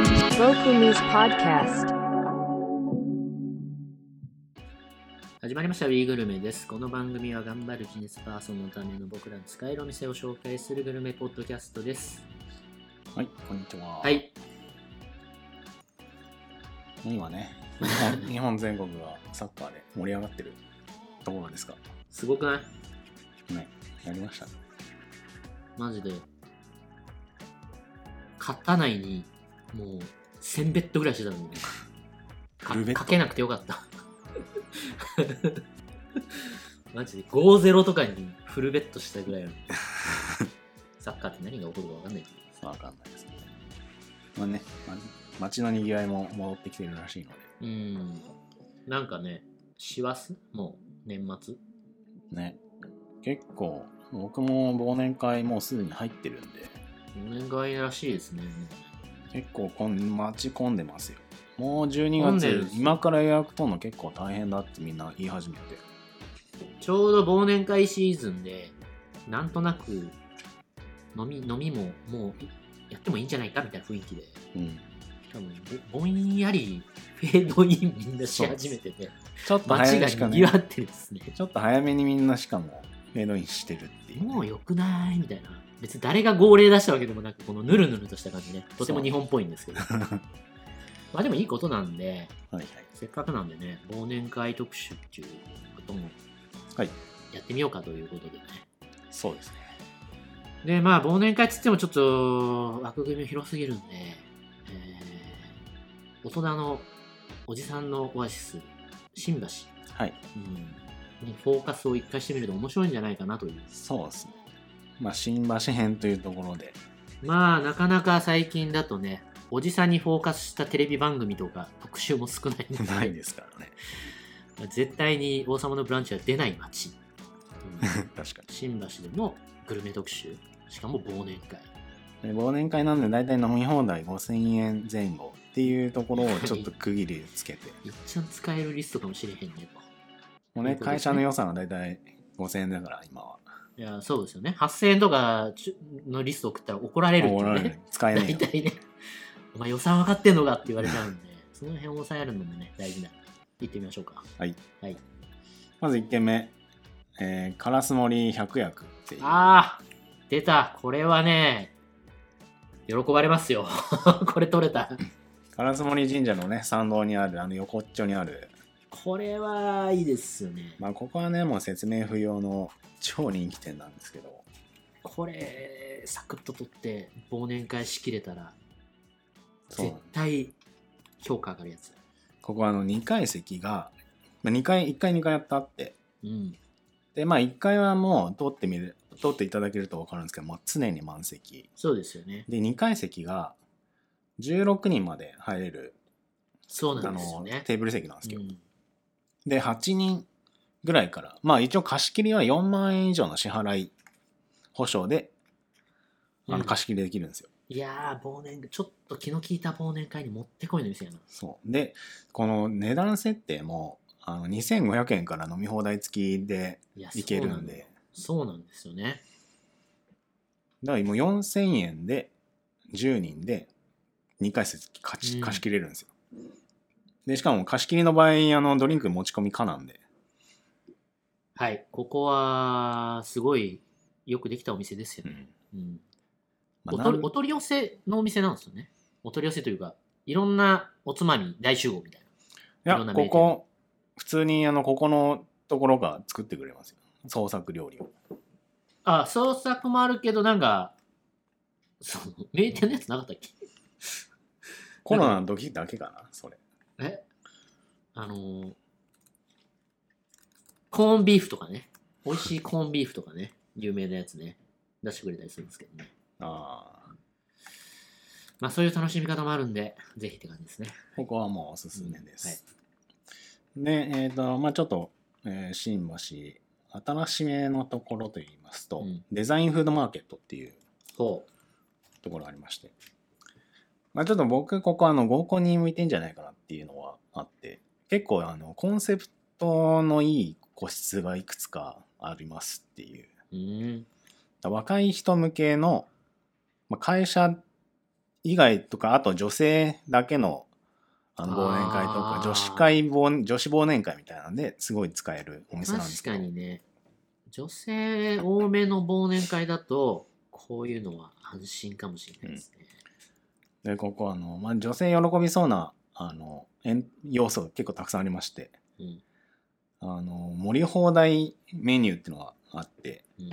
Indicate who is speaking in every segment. Speaker 1: Otaku News Podcast.
Speaker 2: 始まりました、ウィーグルメです。この番組は頑張るビジネスパーソンのための僕らの使えるお店を紹介するグルメポッドキャストです。
Speaker 3: はい、こんにちは。
Speaker 2: は。い、
Speaker 3: 今ね、日本日本全国がサッカーで盛り上がってるところですか。
Speaker 2: すごくない
Speaker 3: ね、やりましたね。
Speaker 2: マジで。勝たないに、もう、1000ベッドぐらいしてたのに、か
Speaker 3: フルベッド
Speaker 2: かけなくてよかった。 マジで5-0とかにフルベッドしたぐらい の。サッカーって何が起こるか分かんないけど。
Speaker 3: わかんないですね。まあね、ま街の賑わいも戻ってきてるらしいので。
Speaker 2: うん。なんかね、師走もう、年末
Speaker 3: ね、結構、僕も忘年会もうすでに入ってるんで、
Speaker 2: お願いらしいですね。
Speaker 3: 結構こん待ち込んでますよ。もう12
Speaker 2: 混んでる
Speaker 3: 月、今から予約取るの結構大変だってみんな言い始めて。
Speaker 2: ちょうど忘年会シーズンで、なんとなく、飲み、飲みも、もう、やってもいいんじゃないかみたいな雰囲気で、
Speaker 3: うん。
Speaker 2: 多分ぼぼんやり、フェードインみんなし始めてて、
Speaker 3: ちょっと早
Speaker 2: 街
Speaker 3: め
Speaker 2: が
Speaker 3: にしか
Speaker 2: 賑
Speaker 3: ね
Speaker 2: わってるんですね。
Speaker 3: ちょっと早めにみんなしかも、フェードインしてるっていうね、
Speaker 2: もう良くないみたいな。別に誰が号令出したわけでもなく、このぬるぬるとした感じね、とても日本っぽいんですけ ど。まあでもいいことなんで、
Speaker 3: はいはい。
Speaker 2: せっかくなんでね、忘年会特集っていうことも、
Speaker 3: はい
Speaker 2: やってみようかということでね。
Speaker 3: そうですね。
Speaker 2: で、まあ、忘年会っつってもちょっと枠組み広すぎるんで、えー、大人のおじさんのオアシス、新橋、
Speaker 3: はい。
Speaker 2: うん、にフォーカスを一回してみると面白いんじゃないかなという。
Speaker 3: そうですね。まあ、新橋編というところで、
Speaker 2: まあ、なかなか最近だとね、おじさんにフォーカスしたテレビ番組とか特集も少ないんで
Speaker 3: ないですからね。
Speaker 2: 絶対に王様のブランチは出ない街。うん
Speaker 3: 確か
Speaker 2: 新橋でのグルメ特集しかも忘年会
Speaker 3: に。で忘年会なんで、大体飲み放題5000円前後っていうと ころをちょっと区切りつけて、
Speaker 2: いっちゃん使えるリストかもしれへんね
Speaker 3: もう
Speaker 2: いい
Speaker 3: ね、
Speaker 2: ことですね
Speaker 3: 会社の予算が大体5000円だから、今は。
Speaker 2: といやそうですよね8000円とかちゅのリスト送ったら怒られるって
Speaker 3: おられる
Speaker 2: ね
Speaker 3: 使えな い
Speaker 2: 大
Speaker 3: よ。
Speaker 2: 体ねお前予算分かってんのかって言われちゃうんでその辺を抑えるのもね大事なんで行ってみましょうか
Speaker 3: まず1軒目、えー、カラス森百薬っていう。
Speaker 2: ああ出たこれはね喜ばれますよ これ取れた
Speaker 3: カラス森神社のね、参道にある、あの横っちょにある、
Speaker 2: これはいいですよね
Speaker 3: まあ、ここはね、もう説明不要の超人気店なんですけど、
Speaker 2: これサクッと取って忘年会しきれたら
Speaker 3: そう
Speaker 2: 絶対評価上がるやつ
Speaker 3: ここはあの2階席が、まあ、2階1階2階やったあって
Speaker 2: うん
Speaker 3: でまあ1階はもう通ってみる通っていただけると分かるんですけど、まあ、常に満席
Speaker 2: そうですよね
Speaker 3: で2階席が16人まで入れる
Speaker 2: そうな
Speaker 3: あ
Speaker 2: んですよ
Speaker 3: の
Speaker 2: ね
Speaker 3: テーブル席なんですけど、
Speaker 2: うん
Speaker 3: で8人ぐらいからまあ一応貸し切りは4万円以上の支払い保証であ
Speaker 2: う
Speaker 3: の
Speaker 2: ん
Speaker 3: 貸し切りできるんですよ、
Speaker 2: いやー忘年ちょっと気の利いた忘年会にもってこいの店やな
Speaker 3: そうでこの値段設定もあの2500円から飲み放題付きで
Speaker 2: いや
Speaker 3: いける
Speaker 2: そうんな
Speaker 3: で
Speaker 2: そうなんですよね
Speaker 3: だからもう4000円で10人で2回節貸し,、
Speaker 2: うん
Speaker 3: 貸し切れるんですよでしかも貸し切りの場合あのドリンク持ち込み可なんで
Speaker 2: はいここはすごいよくできたお店ですよね、うん
Speaker 3: まあ
Speaker 2: お
Speaker 3: な
Speaker 2: 取
Speaker 3: ん
Speaker 2: りお取り寄せのお店なんですよねお取り寄せというかいろんなおつまみ大集合みたいいろん
Speaker 3: い
Speaker 2: な名
Speaker 3: やこ
Speaker 2: 店
Speaker 3: こ普通にあのここのところが作ってくれますよ創作料理を
Speaker 2: なあ創作もあるけどなんかその名店のやつなかったっけ
Speaker 3: コロナの時だけかなそれ
Speaker 2: えあのーコーンビーフとかね。美味しいコーンビーフとかね。有名なやつね。出してくれたりするんですけどね。
Speaker 3: ああ
Speaker 2: まあそういう楽しみ方もあるんで、ぜひって感じですね。
Speaker 3: ここはもうおすすめです、でえっ、とまあちょっと、えー新橋新しめのところといいますと、
Speaker 2: うん
Speaker 3: デザインフードマーケットっていう
Speaker 2: ほう。
Speaker 3: ところありまして。まあ、ちょっと僕、ここあの合コンに向いてんじゃないかなっていうのはあって、結構あのコンセプトのいい個室がいくつかありますっていう。
Speaker 2: うーん。
Speaker 3: 若い人向けの、まあ、会社以外とか、あと女性だけのあの忘年会と
Speaker 2: あ
Speaker 3: か
Speaker 2: ー、
Speaker 3: 女子会忘、女子忘年会みたいなんで、すごい使えるお店なんです
Speaker 2: 確か
Speaker 3: けど。
Speaker 2: にね、女性多めの忘年会だと、こういうのは安心かもしれないですね。
Speaker 3: で、ここ、あの、まあ、女性喜びそうな、あの、えん要素が結構たくさんありまして、
Speaker 2: うん。
Speaker 3: あの、盛り放題メニューっていうのがあって、
Speaker 2: うん。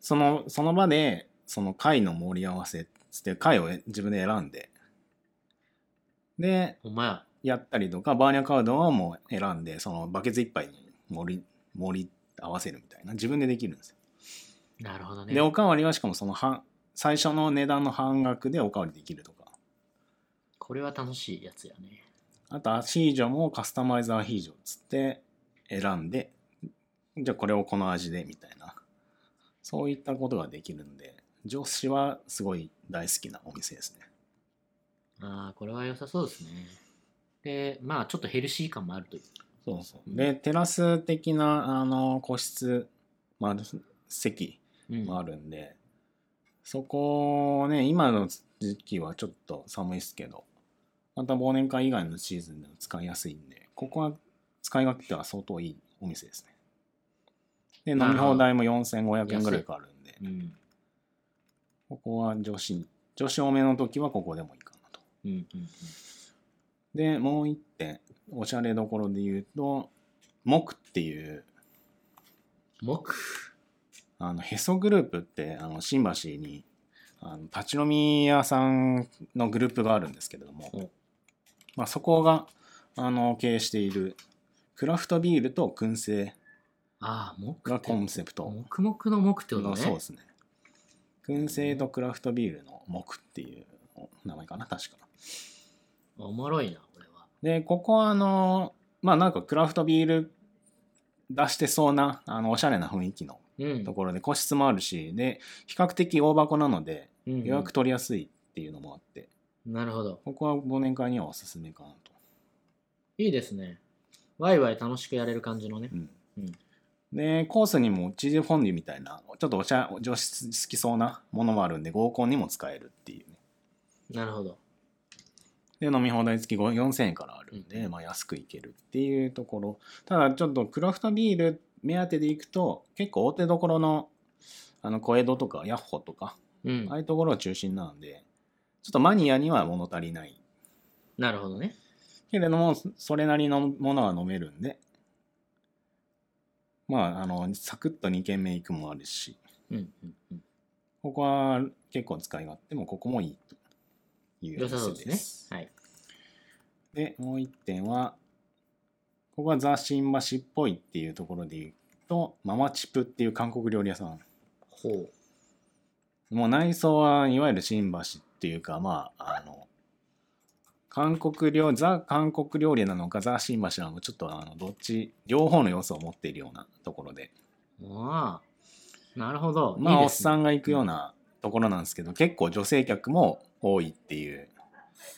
Speaker 3: その、その場で、その貝の盛り合わせっつって、貝をえ自分で選んで、で、
Speaker 2: ほんまや。
Speaker 3: やったりとか、バーニャカウドはもう選んで、そのバケツ一杯に盛り、盛り合わせるみたいな、自分でできるんですよ。
Speaker 2: なるほどね。
Speaker 3: で、おかわりはしかもその半、最初の値段の半額でおかわりできるとか。
Speaker 2: これは楽しいやつやね。
Speaker 3: あと、アヒージョもカスタマイズアヒージョっつって選んで、じゃあこれをこの味でみたいな。そういったことができるんで、女子はすごい大好きなお店ですね。
Speaker 2: ああ、これは良さそうですね。で、まあ、ちょっとヘルシー感もあるという。
Speaker 3: そうそう。で、テラス的な、あの、個室、まあ、席
Speaker 2: うん。
Speaker 3: もあるんで、そこをね、今の時期はちょっと寒いですけど、また忘年会以外のシーズンでも使いやすいんで、ここは使い勝手は相当いいお店ですね。で、
Speaker 2: な
Speaker 3: 飲
Speaker 2: る
Speaker 3: み
Speaker 2: ほど
Speaker 3: 放題も4500円ぐらいかかるんで、
Speaker 2: うん。
Speaker 3: ここは女子、女子多めの時はここでもいいかなと。
Speaker 2: うん。うん。うん
Speaker 3: で、もう一点、おしゃれどころで言うと、木っていう、
Speaker 2: 木。
Speaker 3: あのへそグループってあの新橋にあの立ち飲み屋さんのグループがあるんですけれど
Speaker 2: うん
Speaker 3: も、まあ、そこがあの経営しているクラフトビールと燻製
Speaker 2: ああ、木
Speaker 3: が
Speaker 2: って
Speaker 3: コンセプト
Speaker 2: 黙々の木ってこと
Speaker 3: の
Speaker 2: ね。
Speaker 3: そうですね燻製とクラフトビールの木っていう名前かな確か
Speaker 2: おもろいな、これは。
Speaker 3: でここはあのまあなんかクラフトビール出してそうなあのおしゃれな雰囲気の
Speaker 2: うん
Speaker 3: ところで個室もあるしで比較的大箱なので
Speaker 2: うん
Speaker 3: 予約取りやすいっていうのもあって、
Speaker 2: なるほど。
Speaker 3: ここは忘年会にはおすすめかなと。
Speaker 2: いいですね。ワイワイ楽しくやれる感じのね
Speaker 3: う。ん
Speaker 2: うん
Speaker 3: で、コースにもチーズフォンデュみたいな、ちょっとおしゃ女子好きそうなものもあるんで、合コンにも使えるっていうね。
Speaker 2: なるほど。
Speaker 3: で、飲み放題付き5 4000円からあるんで、
Speaker 2: うん
Speaker 3: まあ安くいけるっていうところ。ただ、ちょっとクラフトビール目当てで行くと、結構大手どころの、あの、小江戸とか、ヤッホとか、
Speaker 2: うん
Speaker 3: ああ。いうところを中心なんで、ちょっとマニアには物足りない
Speaker 2: なるほどね。
Speaker 3: けれども、そそれなりのものは飲めるんで、まあ、あの、サクッと2軒目行くもあるし、
Speaker 2: うん。うんうん。
Speaker 3: ここは結構使い勝手も、ここもいいという
Speaker 2: 良さそう
Speaker 3: お
Speaker 2: で
Speaker 3: 店
Speaker 2: すね。はい。
Speaker 3: で、もう1点は、ここはザ・新橋っぽいっていうところで言うと、ママチプっていう韓国料理屋さん。
Speaker 2: ほ
Speaker 3: もう内装はいわゆる新橋っていうか、まあ、あの、韓国料ザ韓国料理なのか、ザ新橋なのか、ちょっとあの、どっち、両方の要素を持っているようなところで、
Speaker 2: う。まあ、なるほど。
Speaker 3: まあ、
Speaker 2: いい
Speaker 3: お
Speaker 2: で
Speaker 3: っ
Speaker 2: すね
Speaker 3: さんが行くようなところなんですけど、結構女性客も多いっていう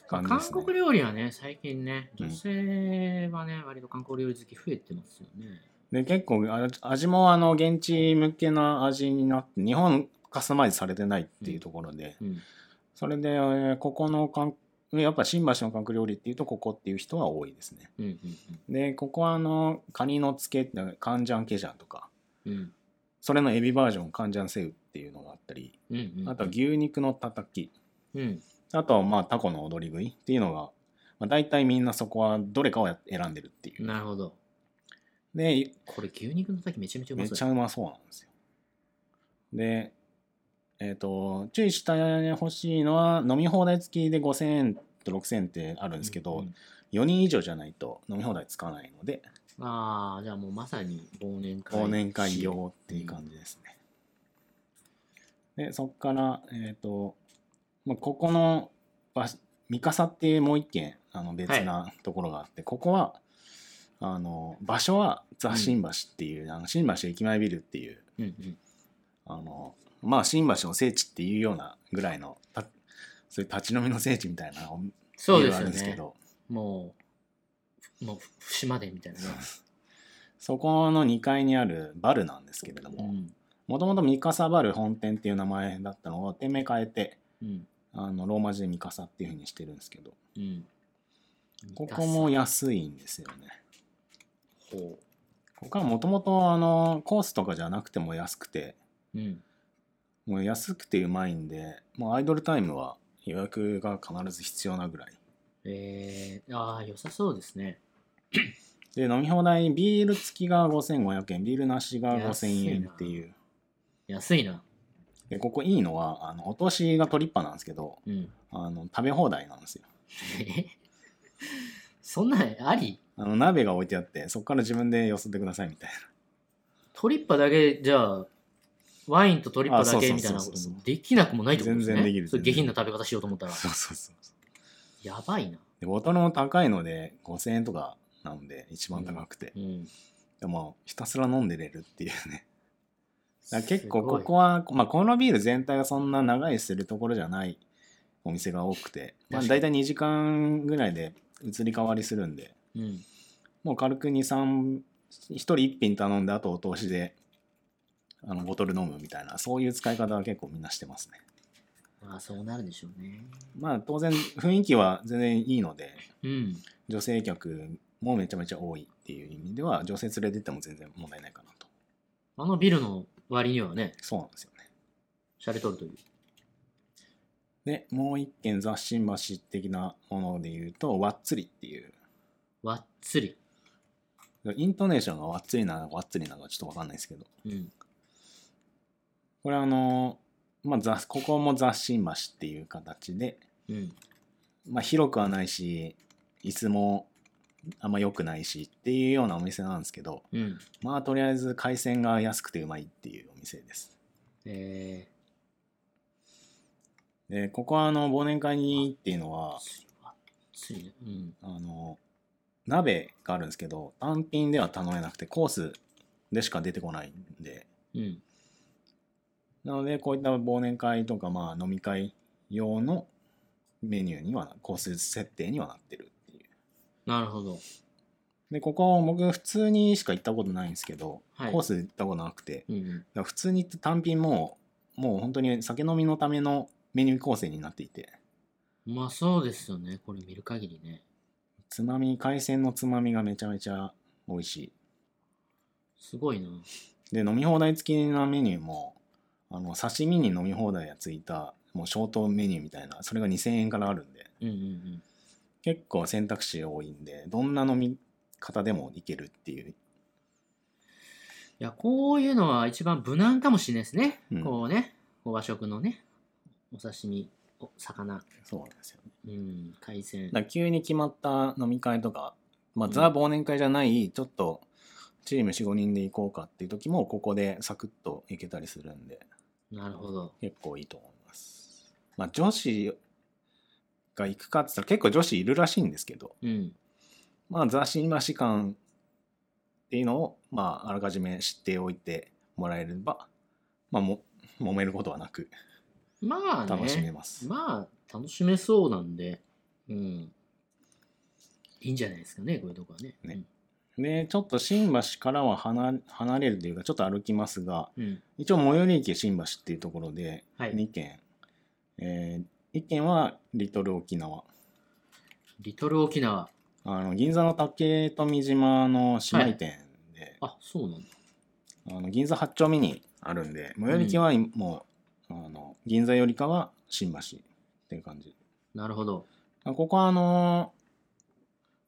Speaker 3: 感じで
Speaker 2: 韓
Speaker 3: すね。
Speaker 2: 国料理はね、最近ね、
Speaker 3: うん
Speaker 2: 女性はね、割と韓国料理好き増えてますよね。
Speaker 3: で、結構、あ味もあの、現地向けな味になって、日本カスタマイズされてないっていうところで、
Speaker 2: うん。
Speaker 3: それで、えーここの韓、やっぱ新橋の韓国料理っていうと、ここっていう人は多いですね。
Speaker 2: うん。うん
Speaker 3: でここはあのカニのつけってカンジャンケジャンとか
Speaker 2: うん。うん。
Speaker 3: それのエビバージョンカンジャンセウっていうのがあったり
Speaker 2: うん。うん
Speaker 3: あとは、牛肉のたたき
Speaker 2: うん。
Speaker 3: あとはまあタコの踊り食いっていうのが、まあ、大体みんなそこはどれかをや選んでるっていう
Speaker 2: なるほど。
Speaker 3: で
Speaker 2: これ、牛肉の炊きめちゃめちゃうま
Speaker 3: め
Speaker 2: そう
Speaker 3: ち
Speaker 2: や
Speaker 3: ゃうまそうなんですよでえっ、と注意してほしいのは飲み放題付きで5000円と6000円ってあるんですけど、
Speaker 2: うんうん
Speaker 3: 4人以上じゃないと飲み放題つかないので
Speaker 2: ああ、じゃあもうまさに忘年会。
Speaker 3: 忘年会用っていう感じですね。で、そこから、えっ、と、まあ、ここの場所、三笠っていうもう一軒、あの別なところがあって、ここは、あの、場所はザ・新橋っていう、あの新橋駅前ビルっていう、
Speaker 2: うんうん。
Speaker 3: あの、まあ、新橋の聖地っていうようなぐらいの、たそういう立ち飲みの聖地みたいなおビ
Speaker 2: そう
Speaker 3: ル
Speaker 2: で
Speaker 3: があ
Speaker 2: す
Speaker 3: る
Speaker 2: よ
Speaker 3: んですけ
Speaker 2: ね。
Speaker 3: ど、
Speaker 2: もう、もう、節までみたいなね。
Speaker 3: そこの2階にあるバルなんですけれども、
Speaker 2: うん。
Speaker 3: もともと三笠バル本店っていう名前だったのを店名変えて、
Speaker 2: うん。
Speaker 3: あのローマ字でミカサっていうふうにしてるんですけど
Speaker 2: うん。
Speaker 3: ここも安いんですよね
Speaker 2: ほ
Speaker 3: ここはもともとあのコースとかじゃなくても安くて
Speaker 2: う。うん。
Speaker 3: もう安くてうまいんでもうアイドルタイムは予約が必ず必要なぐらい
Speaker 2: えー、ああ、良さそうですね。
Speaker 3: で飲み放題ビール付きが5500円ビールなしが5000
Speaker 2: 安い
Speaker 3: 円
Speaker 2: な
Speaker 3: っていう
Speaker 2: 安いな。
Speaker 3: でここいいのはあのお通しがトリッパなんですけど
Speaker 2: うん。
Speaker 3: あの食べ放題なんですよ
Speaker 2: えそんなんあり
Speaker 3: あの鍋が置いてあってそこから自分でよそってくださいみたいな
Speaker 2: トリッパだけじゃあ、ワインとトリッパだけ
Speaker 3: あそうそう
Speaker 2: みたいなこと
Speaker 3: そうそ
Speaker 2: もできなくもないってことですね。
Speaker 3: 全然できる
Speaker 2: それ
Speaker 3: 全
Speaker 2: 下
Speaker 3: 然
Speaker 2: 品な食べ方しようと思ったら。
Speaker 3: そうそうそう
Speaker 2: やばいな。
Speaker 3: でボトルも高いので5000円とかなので一番高くて、
Speaker 2: うん。
Speaker 3: でもひたすら飲んでれるっていうねだから結構
Speaker 2: すご
Speaker 3: こ
Speaker 2: い
Speaker 3: こは、まあ、このビール全体がそんな長いするところじゃないお店が多くて、まあ、
Speaker 2: 確かに
Speaker 3: 大体2時間ぐらいで移り変わりするんで
Speaker 2: うん。
Speaker 3: もう軽く23一人一品頼んであとお通しであのボトル飲むみたいなそういう使い方は結構みんなしてますね
Speaker 2: まあ、そうなるでしょうね。
Speaker 3: まあ当然雰囲気は全然いいので
Speaker 2: うん。
Speaker 3: 女性客もめちゃめちゃ多いっていう意味では女性連れてっても全然問題ないかなと
Speaker 2: あのビルの割にはね、
Speaker 3: そうなんですよね
Speaker 2: 洒落とるという。
Speaker 3: でもう一軒雑誌橋的なもので言うとわっつりっていう
Speaker 2: わっつり。
Speaker 3: イントネーションがわっつりなのかわっつりなのかちょっとわかんないですけど
Speaker 2: うん。
Speaker 3: これあのまあ雑ここも雑誌橋っていう形で、
Speaker 2: うん。
Speaker 3: まあ、広くはないし椅子もあんま良くないしっていうようなお店なんですけど
Speaker 2: うん。
Speaker 3: まあとりあえず海鮮が安くてうまいっていうお店です
Speaker 2: え
Speaker 3: でここはあの忘年会にっていうの
Speaker 2: ー、わ
Speaker 3: は
Speaker 2: っつり、わっつりね。うん。
Speaker 3: あの鍋があるんですけど単品では頼めなくてコースでしか出てこないんで
Speaker 2: うん。
Speaker 3: なのでこういった忘年会とかまあ飲み会用のメニューにはなコース設定にはなってるっていう
Speaker 2: なるほど。
Speaker 3: でここ僕普通にしか行ったことないんですけど、
Speaker 2: はい
Speaker 3: コース行ったことなくてだか
Speaker 2: うんうん。
Speaker 3: ら普通に行って単品ももう本当に酒飲みのためのメニュー構成になっていて
Speaker 2: まあ、そうですよね。これ見る限りね。
Speaker 3: つまみ海鮮のつまみがめちゃめちゃ美味しい
Speaker 2: すごいな。
Speaker 3: で飲み放題付きのメニューもあの刺身に飲み放題がついたもうショートメニューみたいなそれが2000円からあるんで
Speaker 2: うんうんうん。
Speaker 3: 結構選択肢多いんでどんな飲み方でもいけるっていう
Speaker 2: いや、こういうのは一番無難かもしれないですね。
Speaker 3: うん
Speaker 2: こうね、こう和食のね、お刺身、お魚、
Speaker 3: そうなんですよね
Speaker 2: うん、海鮮
Speaker 3: だか。ら急に決まった飲み会とか、まあ、
Speaker 2: うん
Speaker 3: ザ忘年会じゃないちょっとチーム45人で行こうかっていう時もここでサクッと行けたりするんで
Speaker 2: なるほど。
Speaker 3: 結構いいと思いますまあ女子が行くかって言ったら結構女子いるらしいんですけど
Speaker 2: うん。
Speaker 3: まあ、ザ・新橋感っていうのを、まあ、あらかじめ知っておいてもらえれば、まあ、も、揉めることはなく
Speaker 2: まあね。
Speaker 3: 楽しめます。
Speaker 2: まあ、楽しめそうなんで、うん。いいんじゃないですかね、こういうとこはね。
Speaker 3: ねで、ちょっと新橋からは離離れるというか、ちょっと歩きますが、
Speaker 2: うん。うん。
Speaker 3: 一応最寄り駅新橋っていうところで、
Speaker 2: はい。
Speaker 3: 2軒。えー、1軒はリトル沖縄。
Speaker 2: リトル沖縄。
Speaker 3: あの、銀座の竹富島の姉妹店で、
Speaker 2: あ、そうなんだ。
Speaker 3: あの銀座八丁目にあるんで最寄り駅はもう、あの銀座よりかは新橋っていう感じ
Speaker 2: なるほど。
Speaker 3: あここはあのー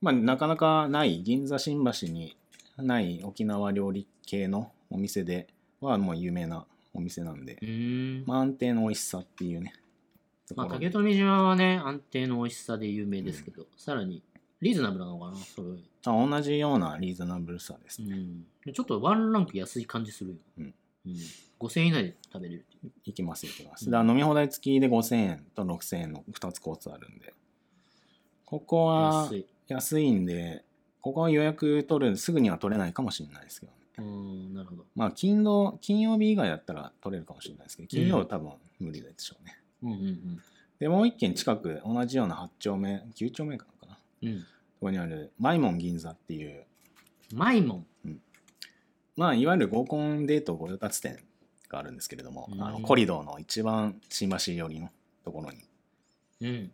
Speaker 3: まあなかなかない銀座新橋にない沖縄料理系のお店ではもう有名なお店なんで
Speaker 2: う、ーん。ま
Speaker 3: まあ、安定の美味しさっていうねとこ
Speaker 2: あ、
Speaker 3: ろ
Speaker 2: 竹
Speaker 3: で
Speaker 2: 富島はね、安定の美味しさで有名ですけど、さらに、リーズナブルなのかな、それ。う
Speaker 3: あ同じようなリーズナブルさです、
Speaker 2: ん。でちょっとワンランク安い感じするよ。
Speaker 3: うん。
Speaker 2: うん、5000円以内で食べれるっていう。
Speaker 3: いきますいきます、
Speaker 2: うん
Speaker 3: だから飲み放題付きで5000円と6000円の2つコースあるんでここは
Speaker 2: 安い。
Speaker 3: 安いんで、ここは予約取る、すぐには取れないかもしれないですけどね。
Speaker 2: うーん、なるほど。
Speaker 3: まあ、金土、金曜日以外だったら取れるかもしれないですけど、金曜は多分無理でしょうね。
Speaker 2: うんうん
Speaker 3: で、もう一軒近く、同じような8丁目、9丁目かなかな。
Speaker 2: うん。うん。
Speaker 3: ここにある、マイモン銀座っていう、
Speaker 2: マイモン。
Speaker 3: まあ、いわゆる合コンデートご用達店があるんですけれども、
Speaker 2: うん
Speaker 3: あのコリドーの一番新橋寄りのところに
Speaker 2: うん。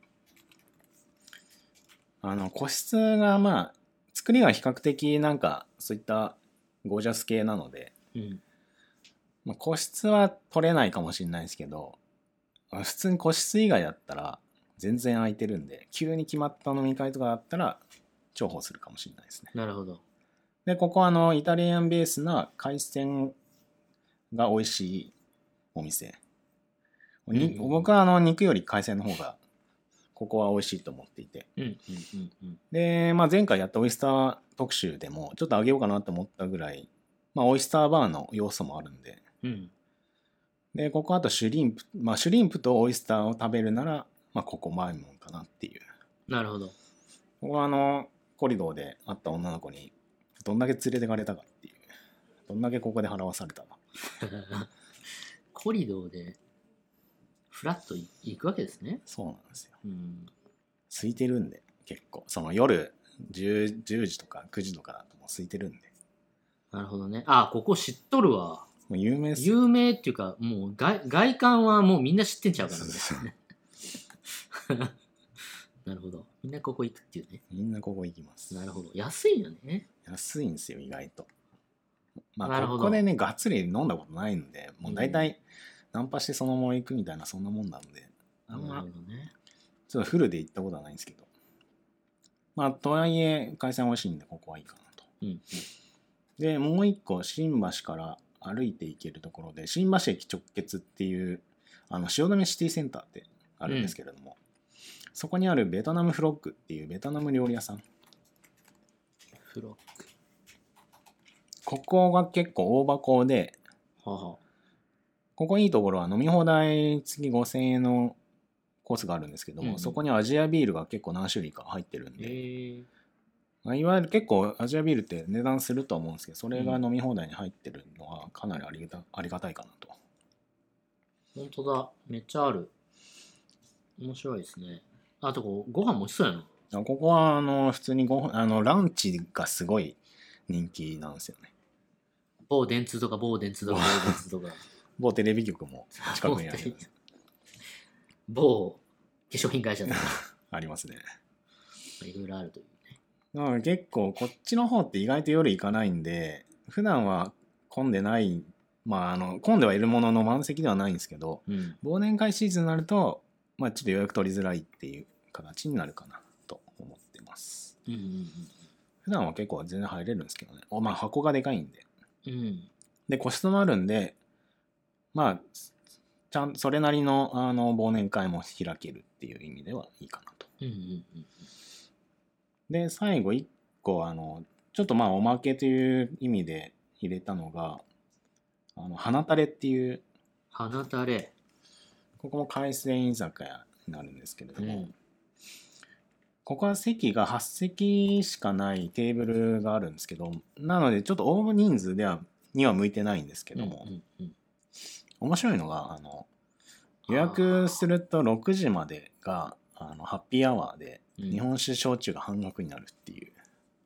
Speaker 3: あの個室がまあ作りが比較的なんかそういったゴージャス系なので、
Speaker 2: うん。
Speaker 3: まあ、個室は取れないかもしれないですけどあ普通に個室以外だったら全然空いてるんで急に決まった飲み会とかだったら重宝するかもしれないですね
Speaker 2: なるほど。
Speaker 3: でここはあのイタリアンベースな海鮮が美味しいお店に
Speaker 2: うん
Speaker 3: 僕はあの肉より海鮮の方がここは美味しいと思っていて
Speaker 2: うんうんうんうん。
Speaker 3: で、まあ、前回やったオイスター特集でもちょっとあげようかなと思ったぐらい、まあ、オイスターバーの要素もあるんで
Speaker 2: うん。
Speaker 3: でここあとシュリンプ、まあ、シュリンプとオイスターを食べるなら、まあ、ここマイモンかなっていう
Speaker 2: なるほど。
Speaker 3: ここはあのコリドーで会った女の子にどんだけ連れてかれたかっていうどんだけここで払わされたか
Speaker 2: コリドーで、フラッと行くわけですね。
Speaker 3: そうなんですよ
Speaker 2: うん。
Speaker 3: 空いてるんで結構その夜 10, 10時とか9時とかだともう空いてるんで
Speaker 2: なるほどね。あ、ここ知っとるわ。
Speaker 3: もう有名ですよ
Speaker 2: 有名っていうか、もう外外観はもうみんな知ってんちゃうからね。なるほど。みんなここ行くっていうね。
Speaker 3: みんなここ行きます
Speaker 2: なるほど。安いよね。
Speaker 3: 安いんですよ意外とま
Speaker 2: な
Speaker 3: あ
Speaker 2: るほ
Speaker 3: こ
Speaker 2: ど
Speaker 3: こでねがっつり飲んだことないんでもう大体ナンパしてそのまま行くみたいなそんなもんなんであん
Speaker 2: な
Speaker 3: ま
Speaker 2: るほどね。
Speaker 3: ちょっとフルで行ったことはないんですけどまあとはいえ海鮮美味しいんでここはいいかなと
Speaker 2: うん。
Speaker 3: でもう一個新橋から歩いて行けるところで新橋駅直結っていうあの汐留シティセンターってあるんですけれども、そこにあるベトナムフロッグっていうベトナム料理屋さん
Speaker 2: フロ
Speaker 3: ここが結構大箱で
Speaker 2: はあはあ。
Speaker 3: ここいいところは飲み放題月5000円のコースがあるんですけども、
Speaker 2: うん
Speaker 3: そこにアジアビールが結構何種類か入ってるん
Speaker 2: え
Speaker 3: で、
Speaker 2: ー、
Speaker 3: まあ、いわゆる結構アジアビールって値段すると思うんですけどそれが飲み放題に入ってるのはかなりありがたありがたいかなと
Speaker 2: 本当だ。めっちゃある。面白いですね。あとこう、ご飯も美味しそうやな。
Speaker 3: あここはあの普通にご飯あのランチがすごい人気なんですよね
Speaker 2: 某電通とか某電通とか某電通とか。
Speaker 3: 某テレビ局も近くにあります
Speaker 2: 某化粧品会社とか、
Speaker 3: ありますね
Speaker 2: いろいろあるという。
Speaker 3: だから結構こっちの方って意外と夜行かないんで普段は混んでないまああの混んではいるものの満席ではないんですけど
Speaker 2: うん。
Speaker 3: 忘年会シーズンになるとまあちょっと予約取りづらいっていう形になるかなと思ってます
Speaker 2: うんうん
Speaker 3: 普段は結構全然入れるんですけどねおまあ箱がでかいんで
Speaker 2: うん。うん。
Speaker 3: で個室もあるんでまあちゃんそれなりのあの忘年会も開けるっていう意味ではいいかなと
Speaker 2: うんうんうん。
Speaker 3: で最後1個あのちょっとまあおまけという意味で入れたのがあの花たれっていう
Speaker 2: 花たれ。
Speaker 3: ここも海鮮居酒屋になるんですけれど
Speaker 2: う
Speaker 3: も、
Speaker 2: ん。
Speaker 3: ここは席が8席しかないテーブルがあるんですけどなのでちょっと大人数ではには向いてないんですけども、
Speaker 2: うんうんうん
Speaker 3: 面白いのがあの予約すると6時までがあのハッピーアワーで
Speaker 2: うん
Speaker 3: 日本酒焼酎が半額になるっていう、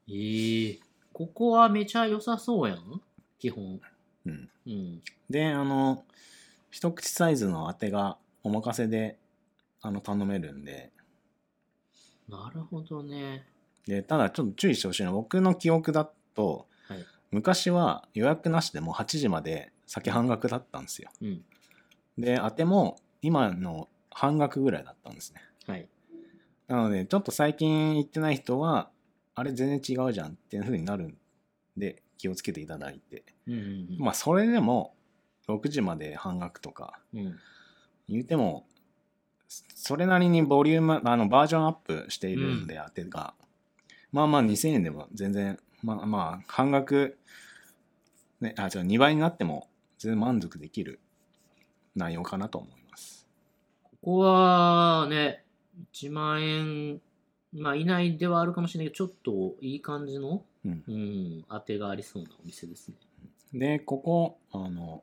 Speaker 2: えー、ここはめちゃ良さそうやん基本。
Speaker 3: うん、
Speaker 2: うん。
Speaker 3: であの一口サイズのあてがお任せであの頼めるんで
Speaker 2: なるほどね。
Speaker 3: でただちょっと注意してほしいのは僕の記憶だと、
Speaker 2: はい
Speaker 3: 昔は予約なしでもう8時まで酒半額だったんですよ
Speaker 2: うん。
Speaker 3: であても今の半額ぐらいだったんですね
Speaker 2: はい。
Speaker 3: なのでちょっと最近行ってない人はあれ全然違うじゃんっていう風になるんで気をつけていただいて
Speaker 2: うんうんうん。
Speaker 3: まあそれでも6時まで半額とか
Speaker 2: うん。
Speaker 3: 言うてもそそれなりにボリュームあのバージョンアップしているんで、当てがまあまあ2000円でも全然まあまあ半額ねあじゃあ2倍になっても全然満足できる内容かなと思います
Speaker 2: ここはね、1万円、まあ、以内ではあるかもしれないけど、ちょっといい感じの、
Speaker 3: うん
Speaker 2: うん、当てがありそうなお店ですね。
Speaker 3: でここあの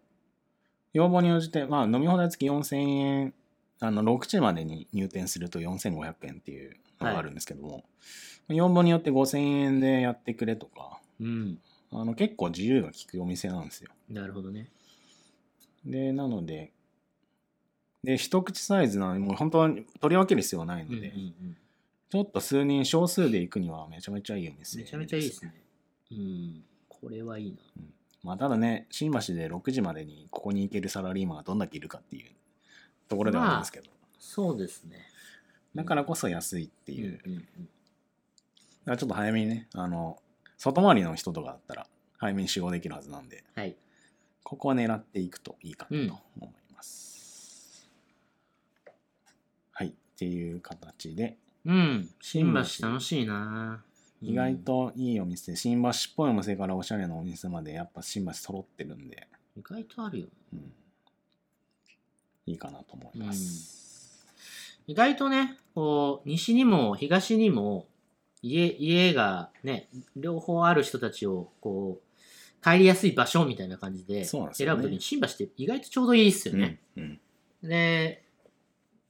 Speaker 3: 要望に応じて、まあ、飲み放題付き4000円あの6時までに入店すると4500円っていうのがあるんですけども、要望によって5000円でやってくれとか
Speaker 2: うん。
Speaker 3: あの結構自由が利くお店なんですよ
Speaker 2: なるほどね。
Speaker 3: でなのでで一口サイズなのにもう本当に取り分ける必要はないの
Speaker 2: うん
Speaker 3: で、
Speaker 2: うんうん
Speaker 3: ちょっと数人少数で行くにはめちゃめちゃいいお店
Speaker 2: めちゃめちゃいいですね。うん。これはいいな。
Speaker 3: まあ、ただね新橋で6時までにここに行けるサラリーマンがどんだけいるかっていうところではあるんですけど、
Speaker 2: そうですね。
Speaker 3: だからこそ安いっていう、だ
Speaker 2: うんうんうん
Speaker 3: からちょっと早めにねあの外回りの人とかだったら早めに使用できるはずなんで
Speaker 2: はい。
Speaker 3: ここは狙っていくといいかなと思います、はいっていう形で
Speaker 2: うん。新
Speaker 3: 新
Speaker 2: 橋
Speaker 3: 橋
Speaker 2: 楽しいな。
Speaker 3: 意外といいお店、新橋っぽいお店からおしゃれなお店までやっぱ新橋揃ってるんで、
Speaker 2: うん。意外とあるよ。
Speaker 3: うん、いいかなと思います、
Speaker 2: 意外とね、こう、西にも東にも、家、家がね、両方ある人たちを、こう、帰りやすい場所みたいな感じで
Speaker 3: そう
Speaker 2: 選
Speaker 3: なん
Speaker 2: ぶ
Speaker 3: ですよね
Speaker 2: ときに、新橋って意外とちょうどいいですよね。
Speaker 3: うんうん
Speaker 2: で、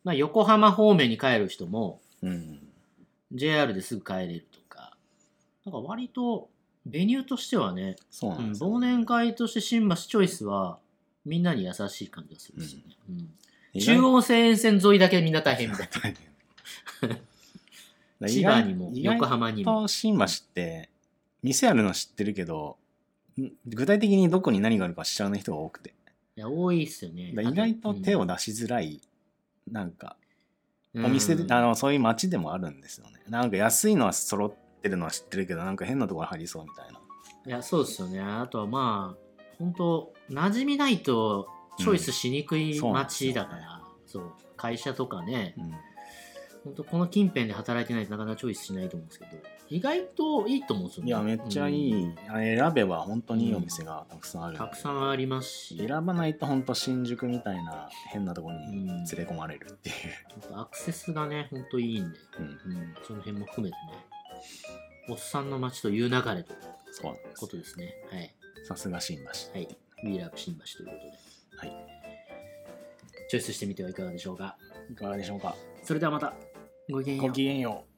Speaker 2: まあ、横浜方面に帰る人も、
Speaker 3: うん、
Speaker 2: JR ですぐ帰れるとか、なんか割と、ベニューとしてはね、
Speaker 3: そうなん
Speaker 2: うん
Speaker 3: ですよ、
Speaker 2: 忘年会として新橋チョイスは、みんなに優しい感じがするんですよね。うん
Speaker 3: 意外
Speaker 2: 中央線沿線沿いだけみんな大変みたいな。
Speaker 3: 大変
Speaker 2: 千葉にも
Speaker 3: 意外
Speaker 2: 横浜にも。
Speaker 3: と新橋って店あるの知ってるけどん具体的にどこに何があるか知らない人が多くて
Speaker 2: いや多いっすよね。
Speaker 3: だ意外と手を出しづらい、なんかお店で、あのそういう街でもあるんですよねなんか安いのは揃ってるのは知ってるけどなんか変なところ入りそうみたいない
Speaker 2: や、そうですよね。あとはまあ、本当馴染みないとチョイスしにく
Speaker 3: うん
Speaker 2: い
Speaker 3: そうなんですよ
Speaker 2: 街だから、そう、会社とかね、
Speaker 3: うん
Speaker 2: 本当この近辺で働いてないとなかなかチョイスしないと思うんですけど、意外といいと思うんですよね。
Speaker 3: いやめっちゃい
Speaker 2: うん
Speaker 3: い、あれ選べば本当にいいお店がたくさんあるんで、
Speaker 2: たくさんありますし、
Speaker 3: 選ばないと本当新宿みたいな変なところ
Speaker 2: う
Speaker 3: に
Speaker 2: ん
Speaker 3: 連れ込まれるっていう、
Speaker 2: アクセスがね、本当いいんで、
Speaker 3: うん、
Speaker 2: うん、その辺も含めてね、おっさんの街という流れという
Speaker 3: そうなんで
Speaker 2: こと
Speaker 3: す
Speaker 2: ですね。はい。
Speaker 3: さすが新橋
Speaker 2: はい。We Love 新橋ということで。
Speaker 3: はい。
Speaker 2: チョイスしてみてはいかがでしょうか。
Speaker 3: いかがでしょうか
Speaker 2: それではまた。ごきげんよ
Speaker 3: ご
Speaker 2: う
Speaker 3: き。げんよう